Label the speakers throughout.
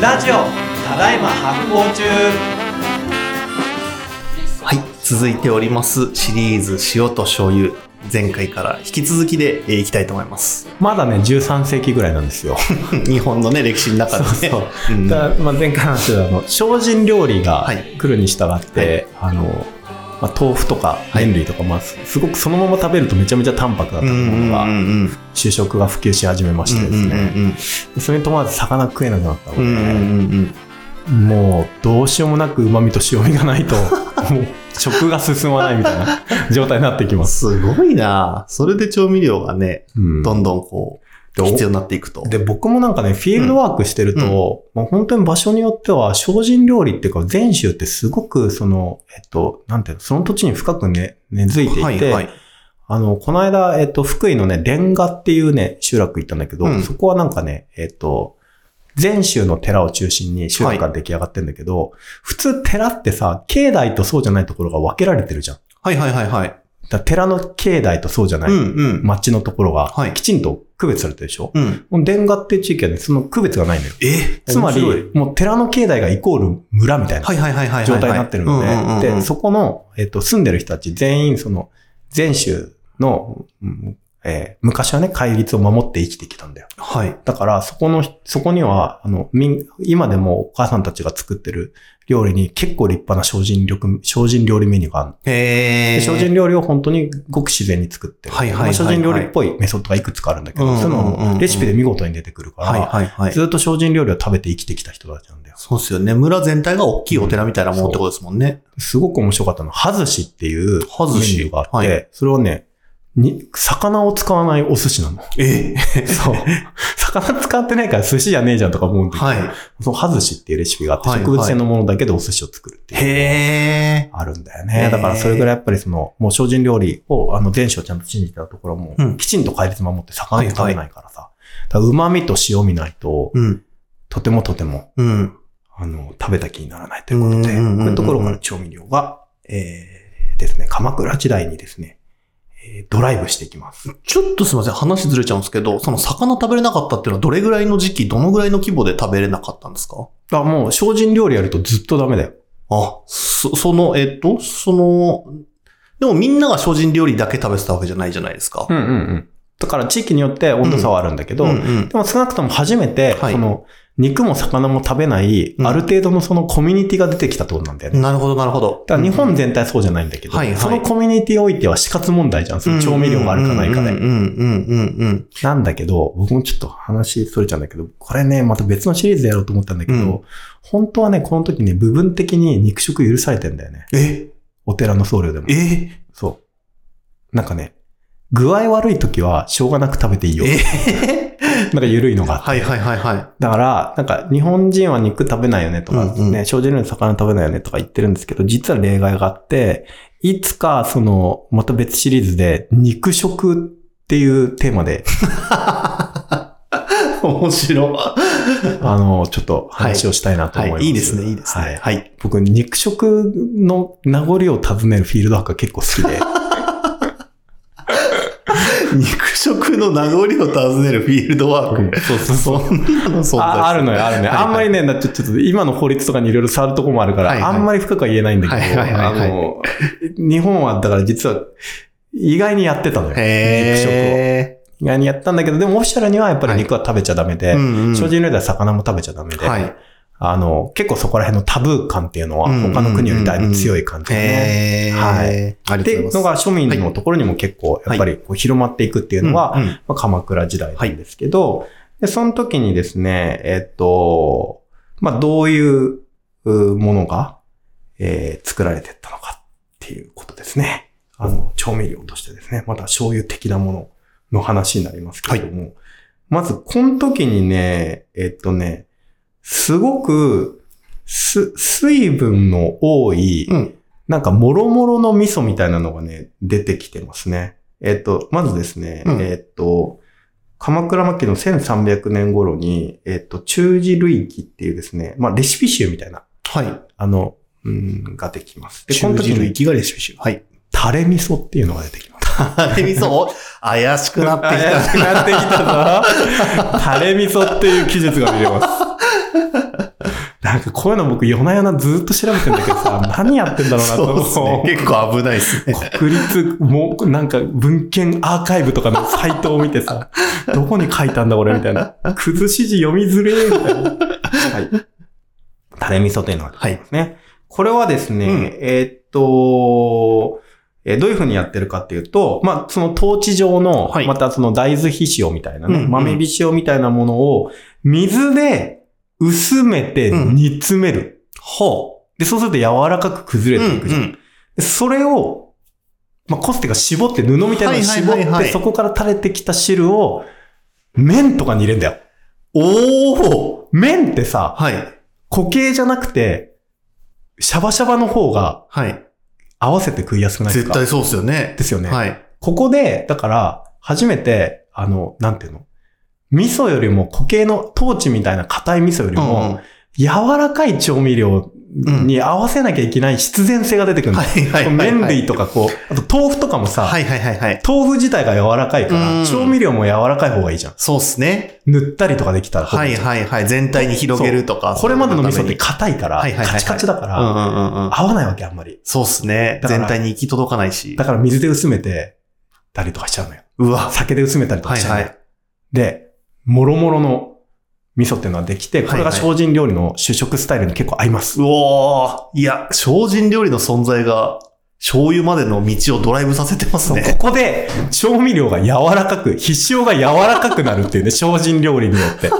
Speaker 1: ラジオただいま発行中
Speaker 2: はい、続いておりますシリーズ塩と醤油。前回から引き続きでえーいきたいと思います。
Speaker 3: まだね、13世紀ぐらいなんですよ。
Speaker 2: 日本のね、歴史の中でね。
Speaker 3: そう
Speaker 2: うん
Speaker 3: だまあ、前回の話であの精進料理が
Speaker 2: はい
Speaker 3: 来るに従って、あのまあ、豆腐とか
Speaker 2: い
Speaker 3: 麺類とか、まあ、すすごくそのまま食べるとめちゃめちゃ淡白だった
Speaker 2: うんう
Speaker 3: もの
Speaker 2: ん
Speaker 3: が、
Speaker 2: うんうん。
Speaker 3: 主食が普及し始めましてですね、でそれに伴って魚食えなくなったので、
Speaker 2: うんうんうんうん。
Speaker 3: もうどうしようもなくうまみと塩味がないともう食が進まないみたいな状態になってきます。
Speaker 2: すごいなそれで調味料がね、
Speaker 3: うん
Speaker 2: どんどんこう、
Speaker 3: で
Speaker 2: 必要になっていくと。
Speaker 3: で、僕もなんかね、フィールドワークしてると、まあ、本当に場所によっては、精進料理っていうか、全州ってすごく、その、えっと、なんていうの、その土地に深くね、根付いていて、
Speaker 2: はいはい。
Speaker 3: あの、この間、えっと、福井のね、レンガっていうね、集落行ったんだけど、
Speaker 2: うん
Speaker 3: そこはなんかね、えっと、全州の寺を中心に集落が出来上がってんだけど、普通寺ってさ、境内とそうじゃないところが分けられてるじゃん。だ
Speaker 2: はいはいはいはい。
Speaker 3: から寺の境内とそうじゃない、
Speaker 2: うんうん。
Speaker 3: 町のところが
Speaker 2: はい、
Speaker 3: きちんと区別されてるでしょ、
Speaker 2: うん。
Speaker 3: もうレンガっていう地域はね、その区別がないのよ。
Speaker 2: え
Speaker 3: つまり
Speaker 2: 面白い、
Speaker 3: もう寺の境内がイコール村みたいな
Speaker 2: はいはいはいはいはいはい。
Speaker 3: 状態になってるの
Speaker 2: うんうんうん
Speaker 3: で、で、そこの、えっと、住んでる人たち全員、その、全州の、うんえー昔はね、戒律を守って生きてきたんだよ。
Speaker 2: はい。
Speaker 3: だから、そこの、そこには、あの、みん今でもお母さんたちが作ってる料理に結構立派な精進力、精進料理メニューがあるの。
Speaker 2: へ
Speaker 3: で
Speaker 2: え。
Speaker 3: 精進料理を本当にごく自然に作ってる。
Speaker 2: はいはいはいはい
Speaker 3: まあ精進料理っぽいメソッドがいくつかあるんだけど、
Speaker 2: うんうんうん
Speaker 3: そ
Speaker 2: うん
Speaker 3: のレシピで見事に出てくるから、
Speaker 2: はいはいはい。
Speaker 3: ずっと精進料理を食べて生きてきた人たちなんだよ。
Speaker 2: そうですよね。村全体が大きいお寺みたいなもんってことですもんね。
Speaker 3: すごく面白かったのは、はずしっていうメニ
Speaker 2: はずし
Speaker 3: ューがあって、
Speaker 2: はい
Speaker 3: それはね、に、魚を使わないお寿司なの。
Speaker 2: ええ。
Speaker 3: そう。 魚使ってないから寿司じゃねえじゃんとか思うんだけど、
Speaker 2: は
Speaker 3: そのはずしっていうレシピがあって、
Speaker 2: はい
Speaker 3: 植物性のものだけでお寿司を作るって
Speaker 2: い。
Speaker 3: いう。
Speaker 2: へえ。
Speaker 3: あるんだよ
Speaker 2: へ
Speaker 3: ね
Speaker 2: ー。
Speaker 3: だからそれぐらいやっぱりその、もう精進料理を、あの、前者をちゃんと信じたところも、
Speaker 2: うん
Speaker 3: きちんと戒律守って魚を食べないからさ。だから旨味と塩味ないと、
Speaker 2: うん。
Speaker 3: とてもとても
Speaker 2: うん。
Speaker 3: あの、食べた気にならないということで、
Speaker 2: う
Speaker 3: こ
Speaker 2: んうんうんうん
Speaker 3: ういうところから調味料が、えー、ですね、鎌倉時代にですね、えードライブしていきます。
Speaker 2: ちょっとすいません。話ずれちゃうんですけど、その魚食べれなかったっていうのはどれぐらいの時期、どのぐらいの規模で食べれなかったんですか
Speaker 3: あ、もう、精進料理やるとずっとダメだよ。
Speaker 2: あ、そ、その、えっと、その、でもみんなが精進料理だけ食べてたわけじゃないじゃないですか。
Speaker 3: んうんうん。だから地域によって温度差はあるんだけど、
Speaker 2: うんうん
Speaker 3: でも少なくとも初めて、
Speaker 2: はい
Speaker 3: その、肉も魚も食べない、
Speaker 2: うん
Speaker 3: ある程度のそのコミュニティが出てきたってことなんだよね。
Speaker 2: なるほど、なるほど。
Speaker 3: だから日本全体そうじゃないんだけど、
Speaker 2: はいはい
Speaker 3: そのコミュニティにおいては死活問題じゃん。その調味料があるかないかで。
Speaker 2: うんうんうんうんうんうん。
Speaker 3: なんだけど、僕もちょっと話それちゃうんだけど、これね、また別のシリーズでやろうと思ったんだけど、
Speaker 2: うん
Speaker 3: 本当はね、この時ね、部分的に肉食許されてんだよね。
Speaker 2: え
Speaker 3: お寺の僧侶でも。
Speaker 2: え
Speaker 3: そう。なんかね、具合悪い時はしょうがなく食べていいよ。
Speaker 2: え
Speaker 3: なんか緩いのが。
Speaker 2: はいはいはいはい。
Speaker 3: だから、なんか日本人は肉食べないよねとか、
Speaker 2: うんうん
Speaker 3: ね、精進料理魚食べないよねとか言ってるんですけど、実は例外があって、いつかその、また別シリーズで肉食っていうテーマで
Speaker 2: 面白
Speaker 3: あの、ちょっと話をしたいなと思います。
Speaker 2: はい。いいですね、いいですね。
Speaker 3: はい。
Speaker 2: はい。
Speaker 3: 僕、肉食の名残を尋ねるフィールドワークが結構好き で。
Speaker 2: 肉食の名残を尋ねるフィールドワーク。
Speaker 3: そうそう
Speaker 2: そんなの存在する
Speaker 3: ああるのよ、あるね。
Speaker 2: はいはい
Speaker 3: あんまりね、ちょちょっと今の法律とかにいろいろ触るとこもあるから、
Speaker 2: はいはい
Speaker 3: あんまり深くは言えないんだけど、
Speaker 2: はいはいはいはい
Speaker 3: あの、日本はだから実は意外にやってたのよ。肉食を。
Speaker 2: へ
Speaker 3: 意外にやったんだけど、でもオフィシャルにはやっぱり肉は食べちゃダメで、
Speaker 2: ぇー。うんうん
Speaker 3: 精進料理は魚も食べちゃダメで、
Speaker 2: はい。
Speaker 3: あの、結構そこら辺のタブー感っていうのは
Speaker 2: うんうんうん
Speaker 3: 他の国よりだいぶ強い感じだね。
Speaker 2: へぇー。
Speaker 3: はい。
Speaker 2: あり
Speaker 3: っていう
Speaker 2: がと
Speaker 3: の
Speaker 2: うございます。
Speaker 3: が庶民のところにも結構やっぱりこう広まっていくっていうのは、
Speaker 2: うんうん
Speaker 3: まあ、鎌倉時代なんですけど、でその時にですね、えっと、まあ、どういううものが、えー作られていったのかっていうことですね。あの、調味料としてですね、また醤油的なものの話になりますけれども、まず、この時にね、えっとね、すごく、す、水分の多い、
Speaker 2: うん
Speaker 3: なんか、もろもろの味噌みたいなのがね、出てきてますね。えっと、まずですね、
Speaker 2: うん
Speaker 3: えっと、鎌倉末期の1300年頃に、えっと、中寺類記っていうですね、まあ、レシピ集みたいな、
Speaker 2: はい。
Speaker 3: あの、うん、ができます。で、こ
Speaker 2: 中
Speaker 3: の時
Speaker 2: 汁
Speaker 3: に、
Speaker 2: 息がレシピ集。はい。
Speaker 3: タレ味噌っていうのが出てきます。
Speaker 2: タレ味噌を 怪しくなってき
Speaker 3: 怪
Speaker 2: た。
Speaker 3: しくなってきたぞ。タレ味噌っていう記述が出てます。なんかこういうの僕夜な夜なずっと調べてんだけどさ、何やってんだろうなと
Speaker 2: そうです
Speaker 3: 思
Speaker 2: ね
Speaker 3: う。。
Speaker 2: 結構危ないです ね。
Speaker 3: 国立、もう、なんか文献アーカイブとかのサイトを見て さ、どこに書いたんだ俺みたいな。崩し字読みづれーみたいな。はい。タレ味噌というのがありますね。これはですね、
Speaker 2: うん
Speaker 3: えーっと、えーどういうふうにやってるかっていうと、まあ、その統治上の、
Speaker 2: はい
Speaker 3: またその大豆皮塩みたいな
Speaker 2: うん
Speaker 3: ね、
Speaker 2: うん
Speaker 3: 豆皮塩みたいなものを、水で薄めて煮詰める。ほう。で、そうすると柔らかく崩れていくじゃん。
Speaker 2: ん。
Speaker 3: でそれを、まあ、コステが絞って、布みたいなのを絞っ
Speaker 2: はいはいはいは
Speaker 3: て、
Speaker 2: い
Speaker 3: そこから垂れてきた汁を、麺とかに入れんだよ。
Speaker 2: おー
Speaker 3: 麺ってさ、
Speaker 2: はい。
Speaker 3: 固形じゃなくて、シャバシャバの方が
Speaker 2: はい。
Speaker 3: 合わせて食いやすくないです
Speaker 2: 絶
Speaker 3: か
Speaker 2: 対そうですよね。
Speaker 3: ですよね。
Speaker 2: はい。
Speaker 3: ここで、だから、初めて、あの、なんていうの味噌よりも固形のトーチみたいな硬い味噌よりも、
Speaker 2: は
Speaker 3: 柔らかい調味料に合わせなきゃいけない必然性が出てくるん
Speaker 2: い
Speaker 3: だよ
Speaker 2: はいはいはい。
Speaker 3: 麺類とかこう、あと豆腐とかもさ、
Speaker 2: はいはいはいはい。
Speaker 3: 豆腐自体が柔らかいか
Speaker 2: うん
Speaker 3: ら、調味料も柔らかい方がいいじゃん。
Speaker 2: そうですね。
Speaker 3: 塗ったりとかできたら。
Speaker 2: はいはいはい。全体に広げるとか。
Speaker 3: これまでの味噌って
Speaker 2: カ
Speaker 3: 硬いから、
Speaker 2: はいはいはいはい
Speaker 3: カチカチだから、
Speaker 2: うんうんうん。
Speaker 3: 合わないわけあんまり。
Speaker 2: そうですね。
Speaker 3: だから
Speaker 2: 全体に行き届かないし
Speaker 3: だ。から水で薄めて、たりとかしちゃうのよ。
Speaker 2: うわ。
Speaker 3: 酒で薄めたりとかしちゃうのよ。
Speaker 2: はいは
Speaker 3: で、もろもろの味噌っていうのはできて、これが精進料理の主食スタイルに結構合います。
Speaker 2: うおーいや、精進料理の存在が、醤油までの道をドライブさせてます
Speaker 3: そう
Speaker 2: ね。
Speaker 3: ここで、調味料が柔らかく、必勝が柔らかくなるっていうね、精進料理によって。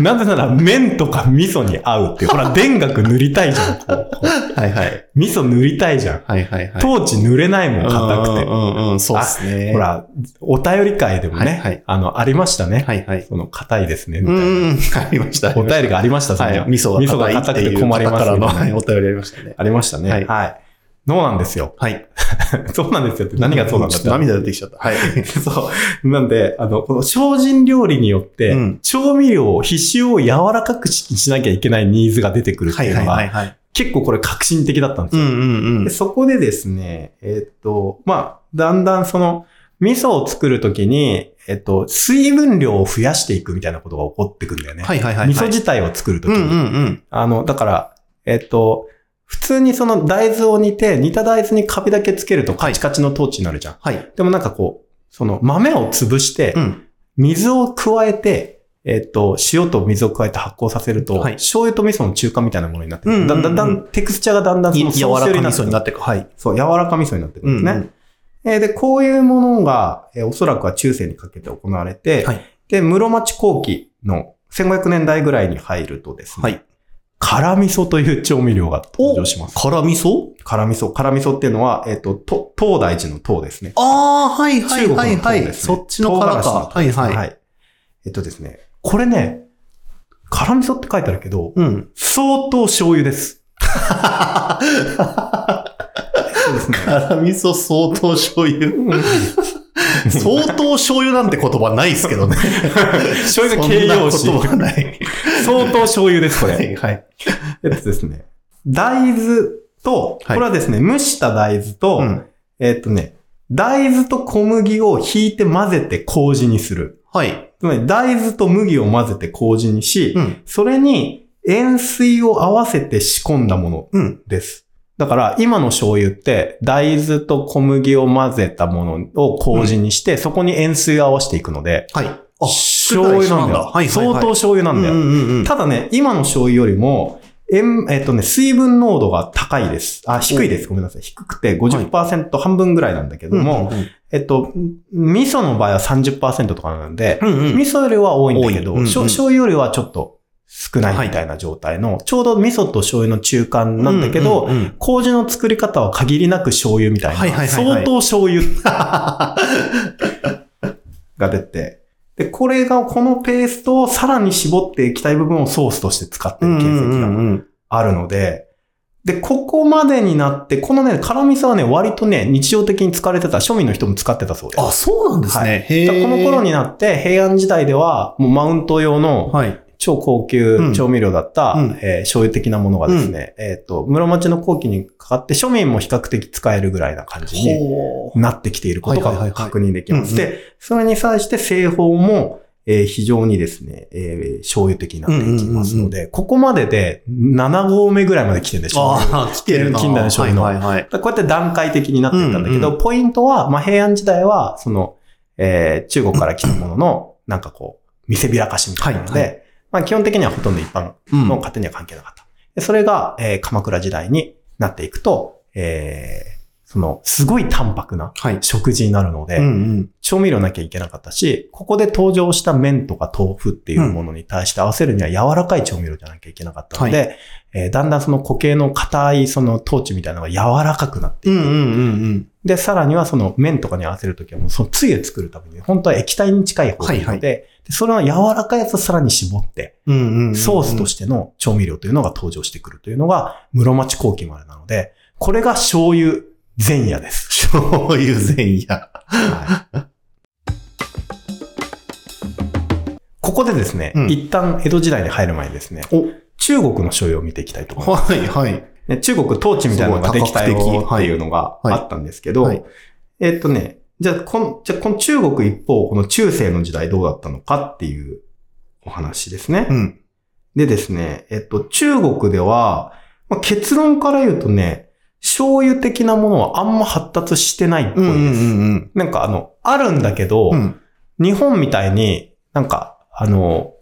Speaker 3: なぜなら、麺とか味噌に合うっていう。ほら、田楽塗りたいじゃん。こうこう
Speaker 2: はいはい。
Speaker 3: 味噌塗りたいじゃん。
Speaker 2: はいはいはい。
Speaker 3: トーチ塗れないもん、
Speaker 2: うん
Speaker 3: 硬く
Speaker 2: うんうん、そうですね。
Speaker 3: て。ほ。ら、お便り会でもね、
Speaker 2: はいはい
Speaker 3: あの、ありましたね。
Speaker 2: はいはい。
Speaker 3: その、硬いですね、み
Speaker 2: う
Speaker 3: たいな。
Speaker 2: ん、ありました。
Speaker 3: お便りがありました、その
Speaker 2: はい、味噌
Speaker 3: 味
Speaker 2: が
Speaker 3: 噌が硬
Speaker 2: 硬
Speaker 3: く
Speaker 2: いってて
Speaker 3: 困ります
Speaker 2: からの
Speaker 3: みたい
Speaker 2: はい
Speaker 3: な
Speaker 2: お便りありましたね。
Speaker 3: ありましたね。は。
Speaker 2: はいい
Speaker 3: そうなんですよ。
Speaker 2: はい。
Speaker 3: そうなんですよって何がそうなんだ
Speaker 2: ちょ
Speaker 3: っ
Speaker 2: ってと。涙出てきちゃった。はい。
Speaker 3: そう。なんで、あの、この精進料理によって、
Speaker 2: うん
Speaker 3: 調味料を、必修を柔らかくししなきゃいけないニーズが出てくるって
Speaker 2: はいいう
Speaker 3: の
Speaker 2: は
Speaker 3: が、
Speaker 2: いはいはい。
Speaker 3: 結構これ革新的だったんです
Speaker 2: うん
Speaker 3: よ。
Speaker 2: うんうん
Speaker 3: で。そこでですね、えーっと、まあ、だんだんその、味噌を作るときに、えっと、水分量を増やしていくみたいなことが起こってくるんだよね。
Speaker 2: はいはいはい。
Speaker 3: 味噌自体を作るとき
Speaker 2: う
Speaker 3: に、
Speaker 2: んうんうん。
Speaker 3: あの、だから、えっと、普通にその大豆を煮て、煮た大豆にカビだけつけるとカチカチのトーチになるじゃん。
Speaker 2: はい。
Speaker 3: でもなんかこう、その豆を潰して
Speaker 2: う、ん。
Speaker 3: 水を加えて、えっと、塩と水を加えて発酵させると、
Speaker 2: はい
Speaker 3: 醤油と味噌の中間みたいなものになってく
Speaker 2: うん
Speaker 3: る。
Speaker 2: うん
Speaker 3: だ
Speaker 2: うん
Speaker 3: んだんだん、テクスチャーがだんだんその
Speaker 2: 柔らか味噌にな
Speaker 3: って
Speaker 2: ってく。はい。
Speaker 3: そう、柔らか味噌になってくるんですね。
Speaker 2: うん
Speaker 3: えーで、こういうものが、えーおそらくは中世にかけて行われて、
Speaker 2: はい
Speaker 3: で、室町後期の1500年代ぐらいに入るとですね、
Speaker 2: はい
Speaker 3: 辛味噌という調味料が登場します。
Speaker 2: 辛味噌
Speaker 3: 辛味噌。辛味噌っていうのは、えっ、と、と東大寺の東ですね。
Speaker 2: ああ、はいはいはい
Speaker 3: 中国
Speaker 2: は
Speaker 3: の唐
Speaker 2: い。
Speaker 3: ですね
Speaker 2: そっちの辛
Speaker 3: 唐辛子の
Speaker 2: か。はいはい。
Speaker 3: えっとですね、これね、辛味噌って書いてあるけど、
Speaker 2: うん。
Speaker 3: 相当醤油です。そうですね。
Speaker 2: 辛味噌相当醤油。相当醤油なんて言葉ないですけどね。
Speaker 3: 醤油が 形容詞
Speaker 2: そんな言葉ない。
Speaker 3: 相当醤油です、これ。
Speaker 2: は いはい。
Speaker 3: えっとですね、大豆と、こ
Speaker 2: はい
Speaker 3: れはですね、蒸した大豆と、
Speaker 2: うん
Speaker 3: えっとね、大豆と小麦をひいて混ぜて麹にする。
Speaker 2: はい。
Speaker 3: つまり大豆と麦を混ぜて麹にし、
Speaker 2: うん。
Speaker 3: それに塩水を合わせて仕込んだもの
Speaker 2: うん。
Speaker 3: です。だから今の醤油って大豆と小麦を混ぜたものを麹にして、そこに塩水を合わせていくので、
Speaker 2: はい。あ、
Speaker 3: 醤油なんだよ。
Speaker 2: はいはいはい
Speaker 3: 相当醤油なんだよ。
Speaker 2: うんうんうん。
Speaker 3: ただね、今の醤油よりも、塩、えっとね、水分濃度が高いです。あ、低いです。ごめんなさい。低くて50%半分ぐらいなんだけども、えっと、味噌の場合は30%とかなんで、
Speaker 2: うんうん、
Speaker 3: 味噌よりは多いんだけど、
Speaker 2: 多いうんうん
Speaker 3: しょ醤油よりはちょっと少ないみたいな状態の、ちょうど味噌と醤油の中間なんだけど、
Speaker 2: うんうんうん
Speaker 3: 麹の作り方は限りなく醤油みたいな、
Speaker 2: はいはいはいはい
Speaker 3: 相当醤油が出て、で、これが、このペーストをさらに絞って液体部分をソースとして使ってる形跡が
Speaker 2: うん
Speaker 3: あるので、で、ここまでになって、このね、辛味噌はね、割とね、日常的に使われてた、庶民の人も使ってたそうです。
Speaker 2: あ、そうなんですね。
Speaker 3: は
Speaker 2: へ
Speaker 3: だから
Speaker 2: ー
Speaker 3: この頃に、なって、平安時代では、もうマウント用の
Speaker 2: はい。
Speaker 3: 超高級調味料だった、
Speaker 2: うんうん
Speaker 3: えー醤油的なものがですね、えっ、と、室町の後期にかかって、庶民も比較的使えるぐらいな感じに
Speaker 2: ほう。
Speaker 3: なってきていること
Speaker 2: はいはいはい
Speaker 3: が
Speaker 2: はい
Speaker 3: 確認できます。
Speaker 2: うんう
Speaker 3: で、それに際して製法も、えー非常にですね、えー醤油的になっていきますので、ここまでで7合目ぐらいまで来てるでしょうね。
Speaker 2: あ あ、来てるな。
Speaker 3: 近代の商品の
Speaker 2: はいはいはい。
Speaker 3: こうやって段階的になっていったんだけど、
Speaker 2: うん
Speaker 3: ポイントは、まあ、平安時代は、その、えー中国から来たものの、なんかこう、見せびらかしみたいなので、
Speaker 2: はい
Speaker 3: まあ、基本的にはほとんど一般
Speaker 2: うん
Speaker 3: の方には関係なかった。でそれが、えー鎌倉時代になっていくと、えーその、すごい淡白な
Speaker 2: はい。
Speaker 3: 食事になるので、
Speaker 2: うんうん。
Speaker 3: 調味料なきゃいけなかったし、ここで登場した麺とか豆腐っていうものに対して合わせるには柔らかい調味料じゃなきゃいけなかったので、えーだんだんその固形の硬いその豆チみたいなのが柔らかくなって
Speaker 2: う
Speaker 3: い
Speaker 2: ん
Speaker 3: く。
Speaker 2: うんうんうん。
Speaker 3: で、さらにはその麺とかに合わせるときはもうそのつゆを作るために、本当は液体に近い方がいいので、
Speaker 2: はいはい
Speaker 3: でそれの柔らかいやつをさらに絞って、
Speaker 2: うんうんうん。
Speaker 3: ソースと
Speaker 2: し
Speaker 3: しての調味料というのが登場してくるというのが室町後期までなので、これが醤油前夜です。
Speaker 2: て。醤油前夜。
Speaker 3: ここでですね、
Speaker 2: うん
Speaker 3: 一旦江戸時代に入る前にですね、
Speaker 2: お
Speaker 3: 中国の醤油を見ていきたいと思います。
Speaker 2: はいはい。
Speaker 3: ね中国統治みたいなのが
Speaker 2: すごい
Speaker 3: できたよ
Speaker 2: 多角的
Speaker 3: っていうのが
Speaker 2: はい
Speaker 3: あったんですけど、
Speaker 2: はい
Speaker 3: えっとね、じゃあこの、じゃあこの中国一方、この中世の時代どうだったのかっていうお話ですね。
Speaker 2: うん。
Speaker 3: でですね、えっと、中国では、まあ、結論から言うとね、醤油的なものはあんま発達してないっぽ
Speaker 2: う
Speaker 3: い
Speaker 2: ん
Speaker 3: です。
Speaker 2: うんうん
Speaker 3: なんかあの、あるんだけど、
Speaker 2: うん。うん。
Speaker 3: 日本みたいになんか、あの、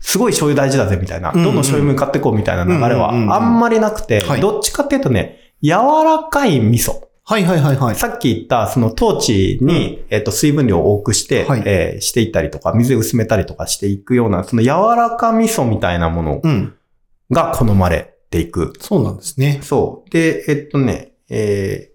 Speaker 3: すごい醤油大事だぜみたいな、
Speaker 2: うんうん
Speaker 3: どんどん醤油向かってこうみたいな流れは
Speaker 2: うんうんうんうん
Speaker 3: あんまりなくて、
Speaker 2: はい
Speaker 3: どっちかっていうとね、柔らかい味噌。
Speaker 2: はいはいはいはい。
Speaker 3: さっき言った、その、トーチに、えっと、水分量を多くして、
Speaker 2: はい
Speaker 3: えーしていったりとか、水で薄めたりとかしていくような、その柔らか味噌みたいなもの
Speaker 2: うん。
Speaker 3: が好まれていく。
Speaker 2: そうなんですね。
Speaker 3: そう。で、えっとね、え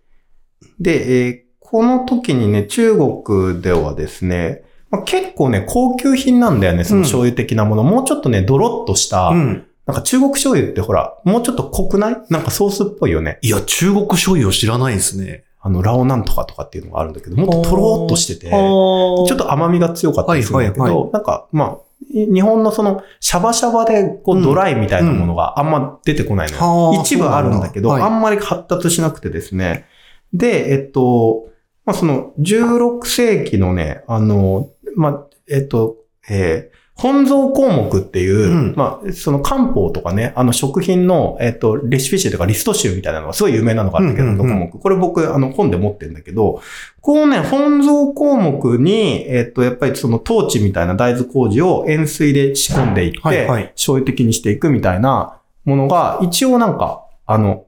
Speaker 3: ーで、えーこの時にね、中国ではですね、まあ、結構ね、高級品なんだよね、その醤油的なもの。もうちょっとね、ドロッとした、
Speaker 2: うん。
Speaker 3: なんか中国醤油ってほら、もうちょっと濃くないなんかソースっぽいよね。
Speaker 2: いや、中国醤油を知らないですね。
Speaker 3: あの、ラオなんとかとかっていうのがあるんだけど、もっととろーっとしてて、
Speaker 2: あ
Speaker 3: ちょ
Speaker 2: ー
Speaker 3: っと甘みが強かったりするんだけど、
Speaker 2: はいはい
Speaker 3: なんか、まあ、い日本のその、シャバシャバで、こ
Speaker 2: う
Speaker 3: う、
Speaker 2: ん
Speaker 3: ドライみたいなものがあんま出てこないのよ。
Speaker 2: はー
Speaker 3: 一部あるんだけど、
Speaker 2: はい
Speaker 3: あんまり発達しなくてですね。で、えっと、まあ、その16世紀のね、あの、まあ、えっと、えー本草項目っていう、
Speaker 2: うん
Speaker 3: まあ、その漢方とかね、あの食品の、えっと、レシピ集とかリスト集みたいなのがすごい有名なのがあったけど、
Speaker 2: うんうんうん
Speaker 3: 項目。これ僕、あの、本で持ってるんだけど、こうね、本草項目に、えっと、やっぱりその、トーチみたいな大豆麹を塩水で仕込んでいって、
Speaker 2: はいはい
Speaker 3: 醤油的にしていくみたいなものが、一応なんか、あの、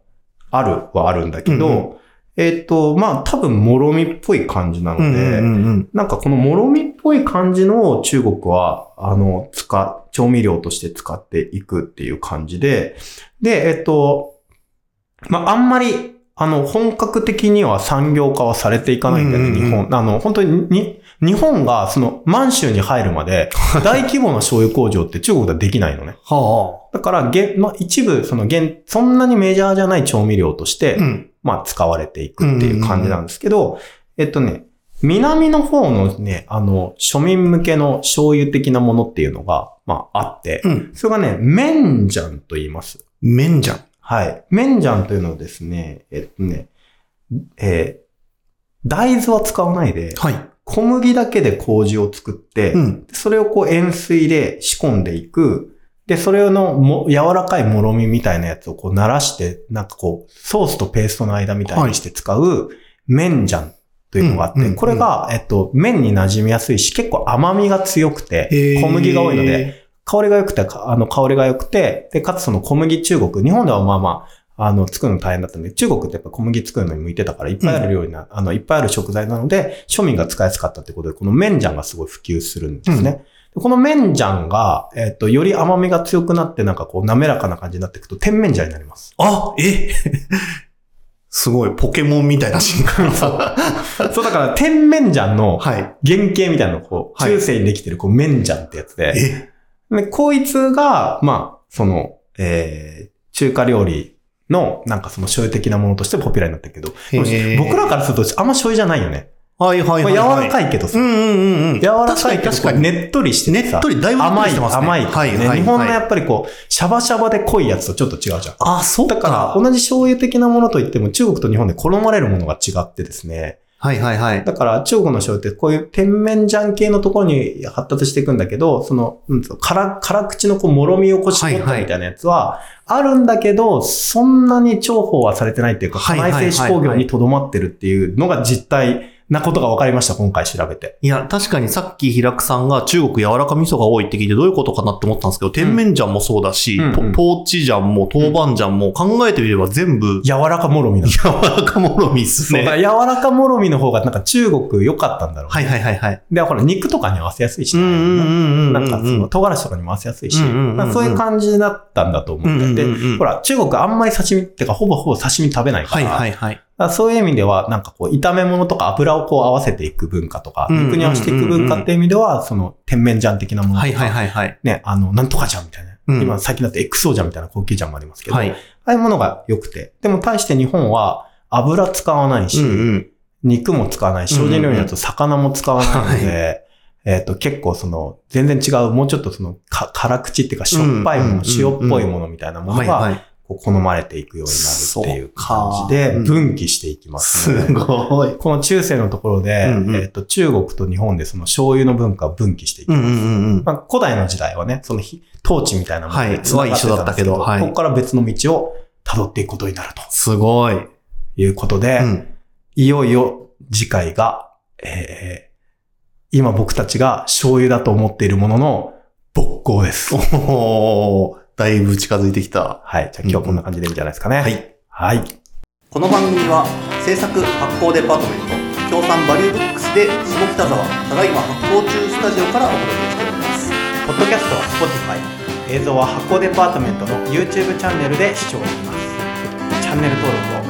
Speaker 3: あるはあるんだけど、
Speaker 2: うんう
Speaker 3: えっと、まあ、多分、もろみっぽい感じなの
Speaker 2: う
Speaker 3: で、
Speaker 2: んうんうん
Speaker 3: なんかこのもろみっぽい感じのを中国は、あの、使、調味料として使っていくっていう感じで、で、えっと、まあ、あんまり、あの、本格的には産業化はされていかないんだよ
Speaker 2: うんう
Speaker 3: ね、
Speaker 2: んうん
Speaker 3: 日本。あの、本当に、に、日本が、その、満州に入るま で、大規模な醤油工場って中国ではできないのね。
Speaker 2: は
Speaker 3: だから、げまあ、一部、その、げんそんなにメジャーじゃない調味料として、
Speaker 2: あ。うん。
Speaker 3: まあ、使われていくっていう感じなんですけど、えっとね、南の方のね、あの、庶民向けの醤油的なものっていうのが、まあ、あって
Speaker 2: う、ん。
Speaker 3: それがね、麺醤と言います。
Speaker 2: 麺じゃん。
Speaker 3: はい。麺醤というのはですね、えっとね、えー大豆は使わないで、
Speaker 2: はい。
Speaker 3: 小麦だけで麹を作って、
Speaker 2: うん。
Speaker 3: それをこう塩水で仕込んでいく。で、それのも柔らかいもろみみたいなやつをこう慣らして、なんかこう、ソースとペーストの間みたいにして使う、麺醤というのがあって、
Speaker 2: うんうんうん
Speaker 3: これが、えっと、麺に馴染みやすいし、結構甘みが強くて、小麦が多いので、
Speaker 2: で。
Speaker 3: 香りが良くて、かあの、香りが良くて、で、かつその小麦中国、日本ではまあまあ、あの、作るの大変だったんで、中国ってやっぱ小麦作るのに向いてたから、いっぱいある料理な、あの、いっぱいある食材なので、庶民が使いやすかったってことで、この麺醤がすごい普及するんですね。でこの麺醤が、えっ、と、より甘みが強くなって、なんかこう、滑らかな感じになっていくと、甜麺醤になります。
Speaker 2: あ、えすごい、ポケモンみたいな進化がさ。
Speaker 3: そう、だから、 甜麺醤の
Speaker 2: はい。
Speaker 3: 原型みたいなの、こう、
Speaker 2: はい
Speaker 3: 中世にできてる、こう、麺醤ってやつで、
Speaker 2: え、
Speaker 3: で、こいつが、まあ、その、えー、中華料理の、なんかその醤油的なものとしてポピュラーになったけど、
Speaker 2: へー
Speaker 3: 僕らからするとあんま醤油じゃないよね。
Speaker 2: はいはい
Speaker 3: ま
Speaker 2: は
Speaker 3: あ
Speaker 2: い。
Speaker 3: 柔らかいけどさ、
Speaker 2: うんうんうんうん。
Speaker 3: 柔らかいけどこ
Speaker 2: 確かに確か
Speaker 3: う
Speaker 2: に。
Speaker 3: ねっとりして
Speaker 2: ね
Speaker 3: さ
Speaker 2: っとり、だいぶねっと
Speaker 3: 甘
Speaker 2: りし
Speaker 3: い、
Speaker 2: てますね。
Speaker 3: 甘い、
Speaker 2: はい
Speaker 3: ね
Speaker 2: はい。
Speaker 3: 日本のや
Speaker 2: はい
Speaker 3: っぱりこう、シャバシャバで濃いやつとちょっと違うじゃん。
Speaker 2: あ、そう
Speaker 3: だから、同じ醤油的なものといっても、中国と日本で好まれるものが違ってですね、
Speaker 2: はいはいはい。
Speaker 3: だから中国の醤油ってこういう甜麺醤系のところに発達していくんだけど、その、うんつうの辛、辛口のこう、もろみをこう絞っ
Speaker 2: はいは
Speaker 3: た
Speaker 2: い
Speaker 3: みたいなやつは、あるんだけど、そんなに重宝はされてないっていうか、
Speaker 2: は
Speaker 3: 可
Speaker 2: いはいはいはい
Speaker 3: 内製手工業にとどまってるっていうのが実態なことが分かりました、今回調べて。
Speaker 2: いや、確かにさっき平久さんが中国柔らか味噌が多いって聞いてどういうことかなって思ったんですけど、甜麺醤もそうだし、
Speaker 3: うん
Speaker 2: ポ
Speaker 3: うん
Speaker 2: ポーチ醤も豆板醤も考えてみれば全部
Speaker 3: 柔らかもろみなの。
Speaker 2: 柔らかもろみっす
Speaker 3: そう
Speaker 2: ね。
Speaker 3: だ、柔らかもろみの方がなんか中国良かったんだろうね。
Speaker 2: はいはいはいはい。
Speaker 3: で、ほら、肉とかに合わせやすいし
Speaker 2: う
Speaker 3: ね、
Speaker 2: んうんうんうんうん。
Speaker 3: なんかその、唐辛子とかにも合わせやすいし、
Speaker 2: うんうんうんうん
Speaker 3: なんかそういう感じだったんだと思
Speaker 2: うん
Speaker 3: っ
Speaker 2: う
Speaker 3: て
Speaker 2: んう
Speaker 3: て、
Speaker 2: んうん
Speaker 3: ほら、中国あんまり刺身ってか、ほぼほぼ刺身食べないか
Speaker 2: は
Speaker 3: ら、
Speaker 2: いはいはい。
Speaker 3: だからそういう意味では、なんかこう、炒め物とか油をこう合わせていく文化とか、
Speaker 2: うんうんうんうん
Speaker 3: 肉に合わせていく文化っていう意味では、その、甜麺醤的なものとか、
Speaker 2: はいはいはいはい。
Speaker 3: ね、あの、なんとか醤みたいな。
Speaker 2: うん
Speaker 3: 今、最近だって XO 醤みたいな高級醤もありますけど、
Speaker 2: はい。
Speaker 3: ああいうものが良くて。でも、対して日本は、油使わないし、
Speaker 2: うんうん。
Speaker 3: 肉も使わないし、
Speaker 2: うんうん
Speaker 3: 精進料理だと魚も使わないので、えっと、結構その、全然違う、もうちょっとその、か辛口っていうか、しょっぱいもの、
Speaker 2: うんうんうんうん
Speaker 3: 塩っぽいものみたいなもの
Speaker 2: はい
Speaker 3: が、
Speaker 2: はい。
Speaker 3: こう好まれていくようになるっていう感じ
Speaker 2: そう
Speaker 3: で、
Speaker 2: か
Speaker 3: 分岐していきます
Speaker 2: す
Speaker 3: ね、
Speaker 2: ごい。
Speaker 3: この中世のところで、
Speaker 2: うんうん
Speaker 3: えっと、中国と日本でその醤油の文化を分岐していき
Speaker 2: う
Speaker 3: ます。
Speaker 2: んうんうんうん。
Speaker 3: まあ、古代の時代はね、その非統治みたいなもの
Speaker 2: はい
Speaker 3: で繋がってたんですけど、
Speaker 2: は一緒だったけどはい
Speaker 3: ここから別の道を辿っていくことになると
Speaker 2: すごい。
Speaker 3: いうことで、
Speaker 2: うん。
Speaker 3: いよいよ次回が、えー今僕たちが醤油だと思っているものの、勃興です。
Speaker 2: おー、だいぶ近づいてきた。
Speaker 3: はい。じゃあ今日はこんな感じでいいんじゃないですかね。
Speaker 2: はい。
Speaker 3: はい。
Speaker 4: この番組は制作発行デパートメント協賛バリューブックスで下北沢ただいま発行中スタジオからお届けしております
Speaker 1: ポッドキャストは Spotify 映像は発行デパートメントの YouTube チャンネルで視聴できますチャンネル登録を